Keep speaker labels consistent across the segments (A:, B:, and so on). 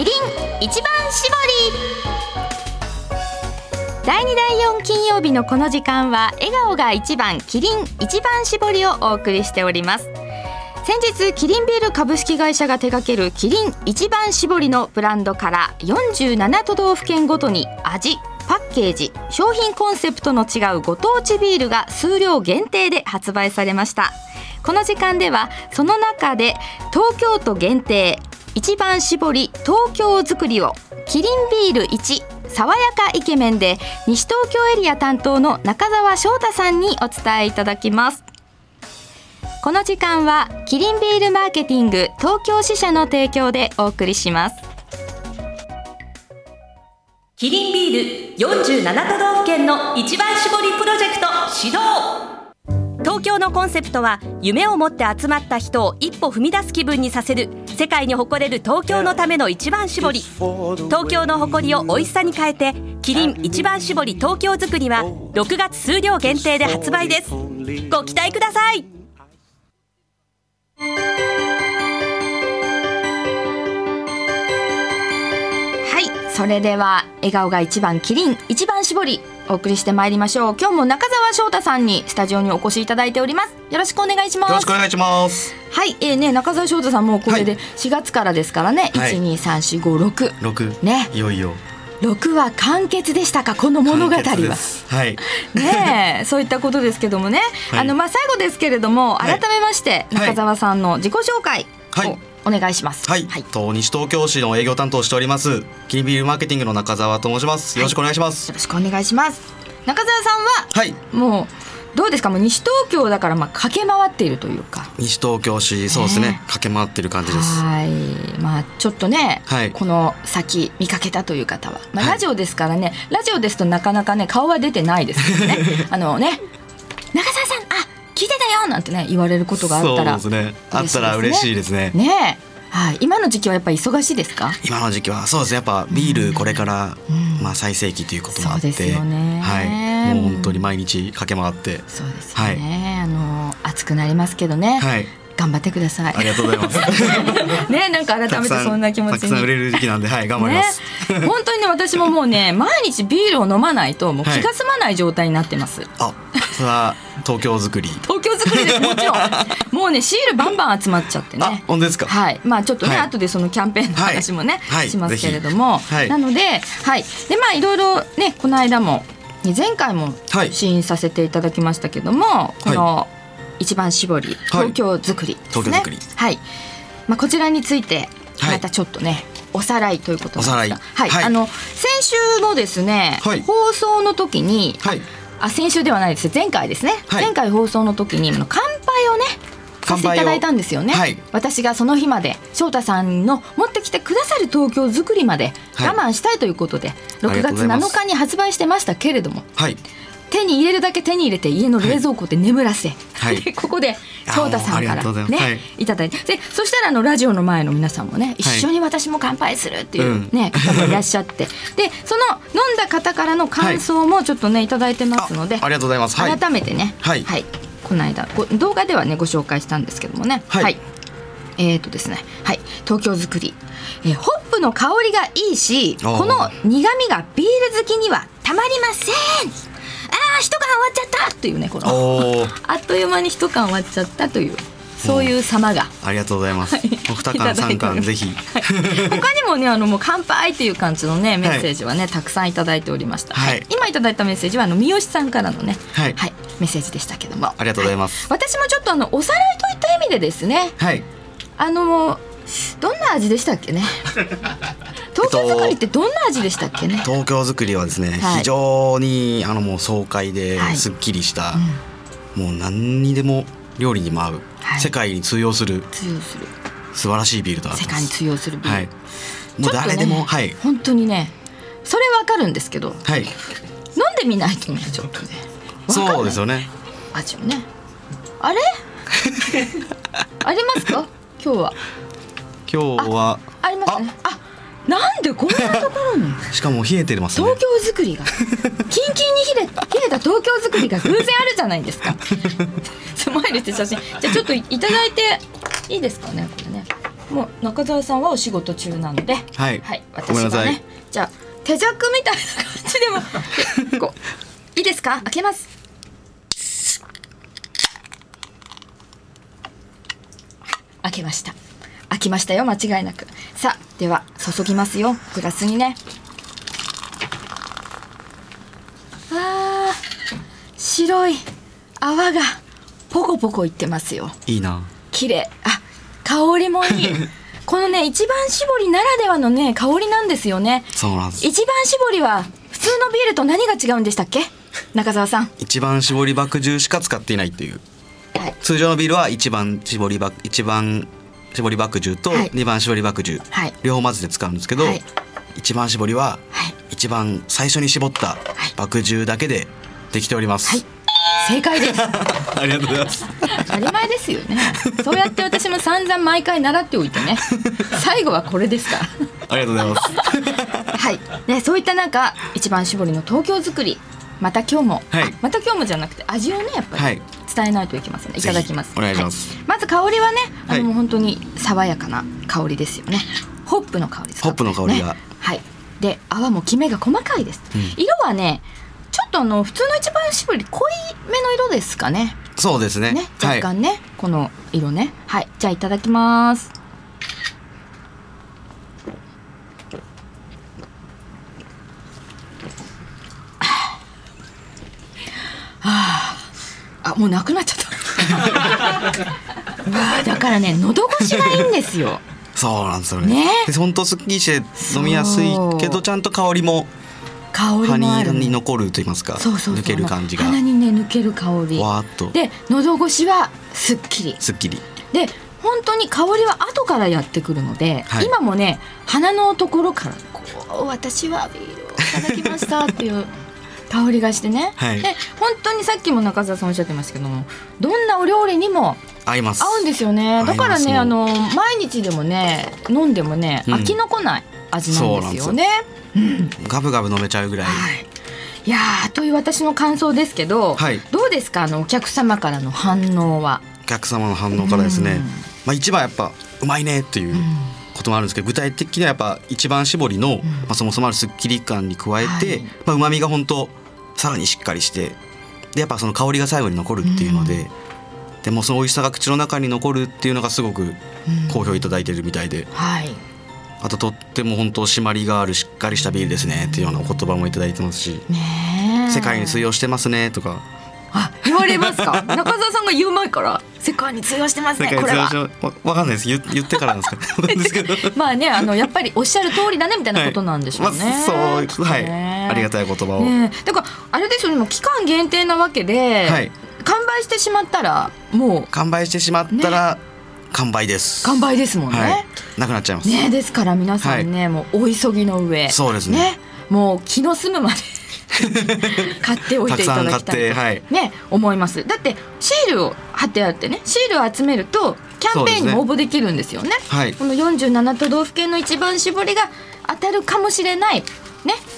A: 一番搾り第2第4金曜日のこの時間は笑顔が一番キリン一番搾りをお送りしております先日キリンビール株式会社が手掛けるキリン一番搾りのブランドから47都道府県ごとに味パッケージ商品コンセプトの違うご当地ビールが数量限定で発売されましたこの時間ではその中で東京都限定一番搾り東京づくりをキリンビール1爽やかイケメンで西東京エリア担当の中澤翔太さんにお伝えいただきますこの時間はキリンビールマーケティング東京支社の提供でお送りします
B: キリンビール47都道府県の一番搾りプロジェクト始動東京のコンセプトは夢を持って集まった人を一歩踏み出す気分にさせる世界に誇れる東京のための一番搾り東京の誇りを美味しさに変えてキリン一番搾り東京づくりは6月数量限定で発売ですご期待ください
A: はいそれでは笑顔が一番キリン一番絞りお送りしてまいりましょう今日も中澤翔太さんにスタジオにお越しいただいておりますよろしくお願いしま
C: よろし
A: す
C: くお願いします。
A: はいえー、ね中澤翔太さんもうこれで
C: は
A: 4月からですからね、
C: はい
A: 123456
C: 六。
A: ね
C: いよいよ。
A: 6は完結でしたかこの物語は
C: 完結ですはい。
A: ねえそういったことですけどもね、
C: はい
A: あのまあ最後ですけれども
C: は
A: 改
C: い
A: めまして
C: はい
A: 中澤さんの自己紹介
C: は
A: を
C: い
A: お願いします
C: はい、と西東京市の営業担当をしております。キリンビールマーケティングの中澤と申します。よろしくお願いします
A: よ。ろしくお願いします中澤さんは
C: はい。
A: もうどうですかもう西東京だからまあ駆け回っているというか
C: 西東京市、そうですね
A: ね。
C: 駆け回ってる感じです。
A: はいまあちょっとね、
C: はい
A: この先見かけたという方は、まあ、
C: はい
A: ラジオですからね、ラジオですとなかなかね顔は出てないですけど ねあのね中澤さんあ聞いてたよなんてね言われることがあったら
C: そうですね。あったら嬉しいですね。
A: ねえ、はい、今の時期はやっぱり忙しいですか。
C: 今の時期はそうですねやっぱビールこれから、
A: うん
C: まあ最盛期ということもあっ
A: そう
C: て、
A: ですよね
C: はいもう本当に毎日駆け回って、
A: そうですよね、あの暑くなりますけどね、
C: はい
A: 頑張ってくださ
C: あ
A: い。
C: りがとうございます
A: ね、なんか改
C: た
A: めて
C: くさん
A: そんな気持
C: た
A: ち
C: くさん売
A: に。
C: れる時期なんではい頑張りま
A: ね
C: す、、
A: 本当にね私ももうね毎日ビールを飲まないともう気が済まない状態になってます、
C: あそれは東京作り
A: 東京作りですもち ろんもうねシールバンバン集まっちゃって
C: あ
A: ね
C: 本当ですか
A: はい、まあちょっとね、
C: はい
A: 後でそのキャンペーンの話もね、
C: はいはい
A: しますけれども、
C: ぜひはい
A: なので、はい、でまあいろいろねこの間もね前回も
C: はい
A: 試飲させていただきましたけども、この一番絞り東京づくりですね。
C: 東京づくり
A: はい、まあこちらについて
C: はい
A: またちょっとね。おさらいということなんですが
C: おさらい
A: は、
C: はいい
A: あの先週のですね、
C: はい
A: 放送の時に、
C: はい
A: あ先週ではないです前回ですね、
C: はい
A: 前回放送の時にあの乾杯をねさ
C: 乾
A: せてい
C: 杯を
A: ただいたんですよね、
C: はい
A: 私がその日まで翔太さんの持ってきてくださる東京づくりまで
C: はい
A: 我慢したいということで、
C: あり
A: 6
C: がとうご
A: 月
C: ざいます
A: 7日に発売してましたけれども
C: はい
A: 手に入れるだけ手に入れて家の冷蔵庫で眠らせ、
C: はい
A: で ここで翔太さんか
C: あありがとうござい
A: ら
C: ます
A: ね、
C: はい
A: い、ただいてでそしたらあのラジオの前の皆さんもね一緒に私も乾杯するっていう、ね方もいらっしゃってでその飲んだ方からの感想もちょっとねいただいてますので、
C: あありがとうございますはい
A: 改めてね、
C: はい
A: この間ご動画ではねご紹介したんですけどもね、
C: はい
A: えーとですね、はい、東京づくり、えーホップの香りがいいし、
C: おー
A: この苦味がビール好きにはたまりません。ああ、一缶終わっちゃったというね、この
C: おー
A: あっという間に一缶終わっちゃったという。そういう様が、
C: ありがとうございますお二
A: いただい
C: 缶
A: て
C: 三缶ぜひ
A: 他にもね、あのもう乾杯という感じのね、メッセージはね、たくさんいただいておりました。
C: はい
A: 今いただいたメッセージは、あの三好さんからのね、
C: はい
A: メッセージでしたけども。
C: ありがとうございます
A: 私もちょっとあのおさらいといった意味でですね
C: はい
A: あのどんな味でしたっけ ね東京作りってどんな味でしたっけね、
C: 東京作りはですね、
A: はい
C: 非常にあのもう爽快で
A: はい
C: すっきりした、
A: うん
C: もう何にでも料理にも合う、
A: はい
C: 世界に通用する
A: 通用する
C: 素晴らしいビールとなって
A: 世
C: ま
A: 界に
C: す
A: 通用するビール、
C: はいもう
A: ちょっとね
C: 誰でも、はい
A: 本当にねそれわかるんですけど飲ん
C: はい
A: でみないとねちょっとね
C: そうですよ
A: ね
C: ね
A: 味をねあ れありますか今日は
C: 今日は
A: ありますねあなんでこんなところに
C: しかも冷えてますね
A: 東京づくりがキンキンに冷え冷えた東京づくりが偶然あるじゃないです かスマイルって写真じゃあちょっといただいていいですかねこれねもう中澤さんはお仕事中なので、
C: はい
A: はい、
C: ごめん
A: 私が
C: なさ
A: ね
C: い、
A: じゃあ手酌みたいな感じ でもこういいですか？開けます。開けました。開きましたよ、間違いなく。さあ、では注ぎますよ、グラスにね。ああ、白い泡がポコポコいってますよ。
C: いいな
A: 綺麗あ香りもい いこのね一番搾りならではのね香りなんですよね
C: そうなんです
A: 一番搾りは普通のビールと何が違うんでしたっけ中澤さん
C: 一番搾り麦汁しか使っていないっていう
A: はい
C: 通常のビールは一番搾り麦一番搾り麦汁と
A: はい
C: 二番搾り麦汁、
A: はい
C: 両方混ぜて使うんですけど、
A: はい
C: 一番搾りは
A: はい
C: 一番最初に絞った麦汁だけでできております、
A: はい正解です
C: ありがとうござい ます
A: 当たり前ですよねそうやって私も散々毎回習っておいてね最後はこれですから
C: ありがとうございます
A: はい、ね、そういった中、一番搾りの東京作り。また今日も、
C: はい
A: あまた今日もじゃなくて、味をね、やっぱり、
C: はい
A: 伝えないといけませんね。い
C: ぜひ
A: ただきます。
C: お願いします
A: はいまず香りはね、あの、
C: はい
A: もう本当に爽やかな香りですよね。ホップの香りですか。
C: ホップの香りが
A: ねはい。で、泡もきめが細かいです。
C: うん
A: 色はね、ちょっとあの、普通の一番搾り、濃いめの色ですかね。
C: そうですね
A: ね、
C: は
A: 若
C: い
A: 干ね、この色ね。はい、じゃあいただきます。あー、あもうなくなっちゃった。わ あ、だからね、喉越しがいいんですよ。
C: そうなんですよ
A: ね
C: ねでほんとすっきりして飲みやすいけ
A: そ
C: ど
A: う
C: ちゃんと香りも
A: 香り
C: 歯
A: もある、
C: に
A: ね。
C: 残ると言いますか
A: そうそうそう
C: 抜ける感じが
A: 鼻にね、抜ける香り。
C: わーっと
A: で、喉越しはすっきり。
C: すっきり
A: で本当に香りは後からやってくるので、
C: はい
A: 今もね鼻のところからこう私はビールをいただきましたって いう香りがしてね、
C: はい
A: で本当にさっきも中澤さんおっしゃってましたけどもどんなお料理にも
C: 合います
A: 合うんですよね
C: 合いま
A: だ
C: す
A: からね
C: もう
A: あの毎日でもね飲んでもね、
C: うん
A: 飽きのこない味なんですよ
C: そうなんで
A: ね。
C: ガブガブ飲めちゃうぐらい
A: はいいやーという私の感想ですけど、
C: はい
A: どうですかあのお客様からの反応は。
C: お客様の反応からですね、
A: うん
C: まあ、一番やっぱうまいねっていうこともあるんですけど具体的にはやっぱ一番搾りの、まあ、そもそもあるすっきり感に加え
A: は
C: て
A: い
C: まあうまみが本当さらにしっかりしてでやっぱその香りが最後に残るっていうので、でもうその美味しさが口の中に残るっていうのがすごく好評いただいてるみたいで
A: はい
C: あととっても本当締まりがあるしっかりしたビールですねっていうようなお言葉もいただいてますし
A: ねえ
C: 世界に通用してますねとか
A: あ、言われます か。中澤さんが言う前から、世界に通用してます
C: 世
A: ね。
C: 界
A: こ
C: に
A: れ
C: 通用し
A: は。
C: わわかんないです言言ってからなんですか なんですけど
A: まあね、あの、やっぱりおっしゃる通りだねみたいなことなんでしょうね。
C: まあ、
A: きっ
C: そ
A: と
C: う、
A: ね
C: はい、ありがたい言葉を、
A: ねえ、だから、あれですよね、もう期間限定なわけで。
C: はい
A: 完売してしまったら、もう
C: 完売してしまったら、完売です。
A: 完売ですもんね。
C: はい、なくなっちゃいます。
A: ねえ、ですから、皆さんね、もうお急ぎの上。
C: そうですね
A: もう気の済むまで。 買っておい
C: た
A: て
C: く
A: いた
C: さん
A: だ
C: 買っ
A: きたい
C: て、はい、
A: ね思いますだってシールを貼ってあってねシールを集めるとキャンペーンにも応募できるんですよね
C: はい
A: この47都道府県の一番絞りが当たるかもしれないね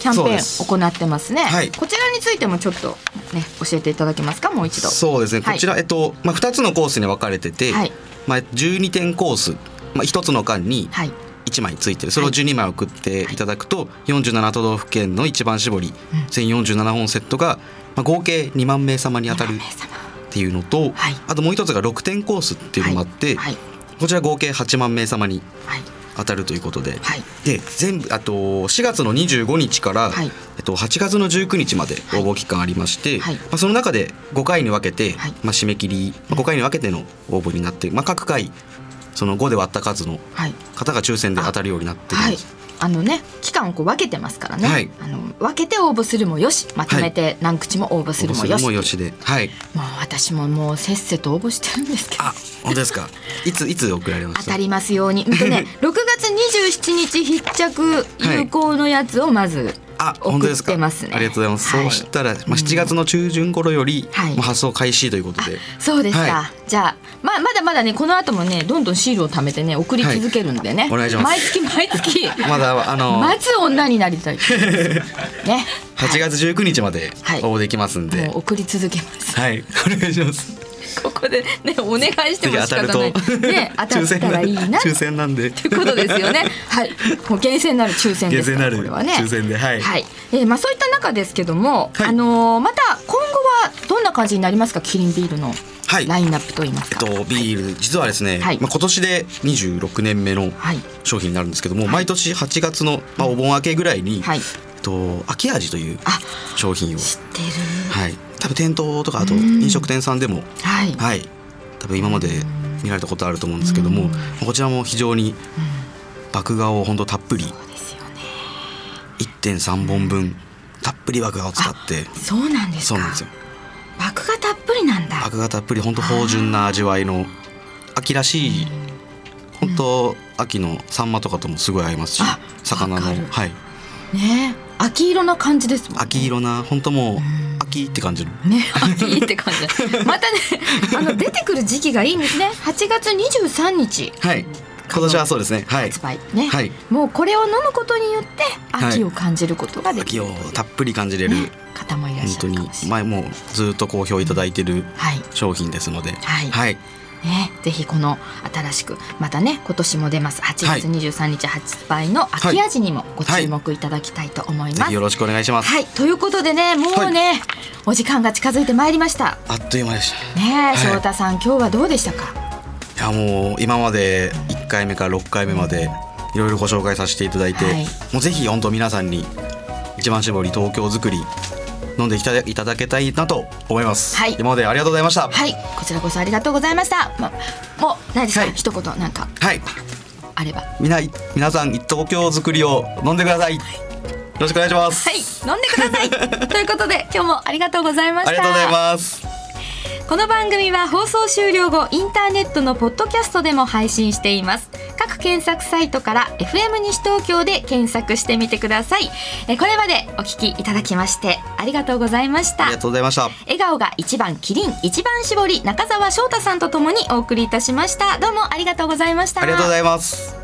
A: キャンペ
C: そうで
A: ー
C: す
A: ン行ってますね
C: はい
A: こちらについてもちょっとね教えていただけますかもう一度
C: そうですね。
A: はい
C: こちら、えっと、まあ、二つのコースに分かれてて、
A: はい
C: まあ、十二点コース。まあ、一つの間に
A: はい
C: 一枚ついてる、それを
A: はい
C: 十二枚送っていただくと、四十七都道府県の一番絞り。全四十七本セットが、まあ、合計二万名様に当たる
A: 名様
C: っていうのと、
A: はい
C: あともう一つが六点コースっていうのもあって、
A: はいはい
C: こちら合計八万名様に
A: はい
C: 当たるということで、
A: はい
C: で全部あと4月の25日から、
A: はい
C: えっと、8月の19日まで応募期間ありまして、
A: はい
C: まあ、その中で5回に分けて、
A: はい
C: まあ、締め切り、まあ、5回に分けての応募になって、まあ、各回その5で割った数の
A: はい
C: 方が抽選で当たるようになってるん
A: はい
C: です、
A: あのね期間をこう分けてますからね、
C: はい
A: あの分けて応募するもよしまとめて何口も応募する
C: 応募
A: も
C: す
A: よ
C: る
A: し,、
C: もよしではい
A: もう私ももうせっせと応募してるんですけど
C: あ本当ですかいついつ送られま
A: 当
C: した
A: たりますように。うんと ね、6月27日必着有効のやつをまず
C: あ本当
A: 送
C: で
A: っ
C: すか
A: てますね。
C: ありがとうございます、そうしたら、まあ、7月の中旬頃より、
A: はい
C: もう発送開始ということで、
A: そうですか。
C: は
A: じゃあまあまだまだねこの後もねどんどんシールを貯めてね送り続けるんでね。
C: はいお願いします
A: 毎月毎月
C: まだあの
A: 待つ女になりたい。 ね。
C: 8月19日まで
A: はい
C: 応募できますんで、
A: もう送り続けます。
C: はい、お願いします。
A: ここでねお願いしても仕方ないね当たったらいいなって
C: 抽選なんで。
A: いうことです よね。はい、もう厳選なる抽選で
C: 厳
A: す
C: 選
A: から
C: なる
A: これはね。
C: 抽選で、はい。
A: はい、えーまあそういった中ですけども、
C: はい
A: あのーまた今後はどんな感じになりますか、キリンビールの
C: はい
A: ラインナップといいます
C: えっ
A: か。
C: とビール実はですね、
A: はい
C: まあ今年で26年目の
A: はい、
C: 商品になるんですけども、毎年8月のまあお盆明けぐらいに、
A: はい
C: えっと秋味という
A: あ、
C: 商品を、
A: 知ってる。
C: はい。多分店頭とかあと
A: うん
C: 飲食店さんでも、
A: はい、
C: はい。多分今まで見られたことあると思うんですけども、
A: うん
C: まあこちらも非常に麦芽を本当たっぷり
A: そうですよね。
C: 1.3本分たっぷり麦芽を使って、
A: そうなんですか。
C: そうなんですよ。
A: 麦芽たっぷりなんだ。
C: 麦芽たっぷり本当芳醇な味わいの秋らしい本当秋のサンマとかともすごい合いますし
A: あ
C: 魚の
A: わかる
C: はい
A: ね、秋色な感じですもんね。
C: 秋色な本当もう秋って感じの
A: ね、 秋って感じだ。またね、あの出てくる時期がいいんですね。8月23日
C: はい今年はそうですねはい
A: 発売ね。
C: はい
A: もうこれを飲むことによって
C: い
A: 秋を感じることができ
C: 秋
A: る、
C: をたっぷり感じれる
A: ね方もいらっ
C: 本
A: しゃ
C: 当
A: るか
C: に
A: もしれない。
C: 前もうずっと好評いただいてる
A: はい。
C: 商品ですので
A: はい
C: はい
A: ね、ぜひこの新しくまたね今年も出ます8
C: はい
A: 月23日発売の秋味にもご注目いただきたいと思い
C: ぜ
A: ま
C: ひ
A: す。
C: よろしくお願いします
A: はいということでねもうね、お時間が近づいてまいりました。
C: あっという間でした
A: ねえ、
C: い
A: 翔太さん今日はどうでしたか。
C: いやもう今まで1回目から6回目までいろいろご紹介させていただいて、
A: はい
C: もうぜひ本当皆さんに一番搾り東京づくり飲んでいただいただけたいなと思います、
A: はい
C: 今までありがとうございました
A: はいこちらこそありがとうございました。ま、もうないですか、
C: はい
A: 一言なんか
C: はい
A: あれば。
C: みな皆さん東京づくりを飲んでくださいよろしくお願いします、
A: はい飲んでください ということで今日もありがとうございました。
C: ありがとうございます
A: この番組は放送終了後インターネットのポッドキャストでも配信しています各検索サイトから FM 西東京で検索してみてくださいえこれまでお聞きいただきましてありがとうございまし
C: あ
A: た
C: りがとうございました
A: 笑顔が一番キリン一番絞り中澤翔太さんとともにお送りいたしましたどうもありがとうございました
C: ありがとうございます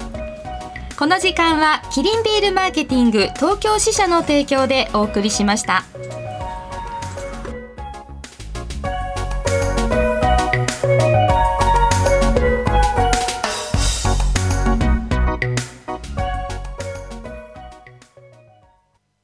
A: この時間はキリンビールマーケティング東京支社の提供でお送りしました